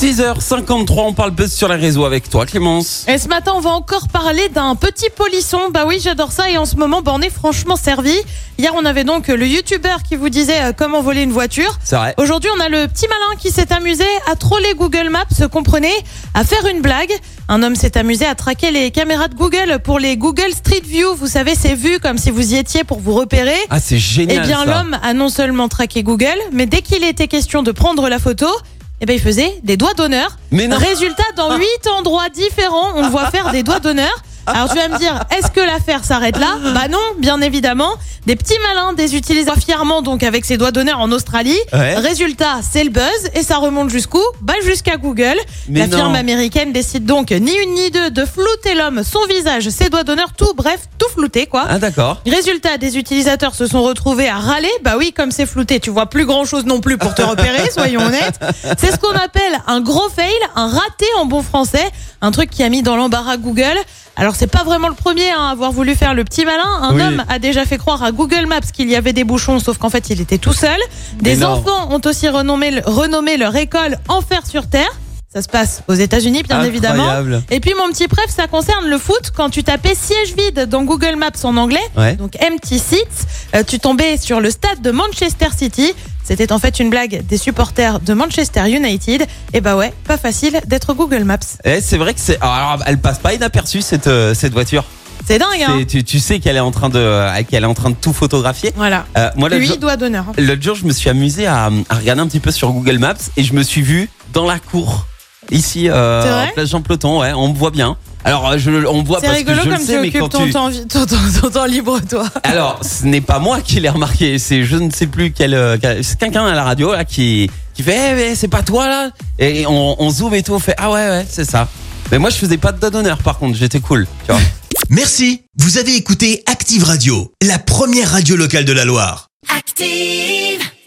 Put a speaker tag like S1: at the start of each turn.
S1: 6h53, on parle buzz sur les réseaux avec toi Clémence.
S2: Et ce matin, on va encore parler d'un petit polisson. Bah oui, j'adore ça. Et en ce moment, bah, on est franchement servi. Hier, on avait donc le youtubeur qui vous disait euh, comment voler une voiture.
S1: C'est vrai.
S2: Aujourd'hui, on a le petit malin qui s'est amusé à troller Google Maps, comprenez, à faire une blague. Un homme s'est amusé à traquer les caméras de Google pour les Google Street View. Vous savez, ces vues comme si vous y étiez pour vous repérer.
S1: Ah c'est
S2: Eh
S1: génial.
S2: bien,
S1: ça.
S2: l'homme a non seulement traqué Google, mais dès qu'il était question de prendre la photo, eh ben, il faisait des doigts d'honneur.
S1: Mais non. Ah.
S2: Résultat, dans huit endroits différents, on le voit faire des doigts d'honneur. Alors tu vas me dire, est-ce que l'affaire s'arrête là
S1: Ah.
S2: Bah non, bien évidemment. Des petits malins, des utilisateurs fièrement donc avec ses doigts d'honneur en Australie.
S1: Ouais.
S2: Résultat, c'est le buzz et ça remonte jusqu'où Bah jusqu'à Google.
S1: Mais
S2: La
S1: non.
S2: firme américaine décide donc ni une ni deux de flouter l'homme, son visage, ses doigts d'honneur, tout bref, tout flouté quoi.
S1: Ah d'accord.
S2: Résultat, des utilisateurs se sont retrouvés à râler. Bah oui, comme c'est flouté, tu vois plus grand chose non plus pour te repérer, soyons honnêtes. C'est ce qu'on appelle un gros fail, un raté en bon français, un truc qui a mis dans l'embarras Google. Alors c'est pas vraiment le premier hein, à avoir voulu faire le petit malin. Un
S1: Oui.
S2: homme a déjà fait croire à Google Maps qu'il y avait des bouchons, sauf qu'en fait il était tout seul.
S1: Mais
S2: Des
S1: non.
S2: enfants ont aussi renommé, renommé leur école Enfer sur Terre. Ça se passe aux États-Unis, bien évidemment.
S1: Incroyable.
S2: Et puis mon petit préf, ça concerne le foot. Quand tu tapais siège vide dans Google Maps en anglais,
S1: Ouais.
S2: donc empty seats, euh, tu tombais sur le stade de Manchester City. C'était en fait une blague des supporters de Manchester United. Et bah ouais, pas facile d'être Google Maps.
S1: Eh, c'est vrai que c'est. Alors elle passe pas inaperçue cette euh, cette voiture.
S2: C'est dingue, hein
S1: C'est- Tu, tu sais qu'elle est en train de euh, qu'elle est en train de tout photographier.
S2: Voilà.
S1: Euh, moi l'autre
S2: Lui,
S1: jour-
S2: doigt d'honneur. hein.
S1: l'autre jour je me suis amusé à, à regarder un petit peu sur Google Maps et je me suis vu dans la cour ici euh,
S2: C'est vrai
S1: en place Jean Ploton. Ouais, on me voit bien. Alors euh, je on me voit
S2: C'est
S1: parce
S2: rigolo
S1: que je le
S2: comme tu
S1: sais mais quand
S2: occupes ton,
S1: tu
S2: temps, ton- ton- ton temps libre, toi.
S1: Alors, ce n'est pas moi qui l'ai remarqué, c'est je ne sais plus quel, euh, quel- c'est quelqu'un à la radio là qui qui fait, Eh, mais c'est pas toi là, et on, on zoome et tout, on fait, ah ouais ouais, c'est ça. Mais moi, je faisais pas de doigt d'honneur, par contre, j'étais cool, tu vois.
S3: Merci, vous avez écouté Active Radio, la première radio locale de la Loire.
S4: Active.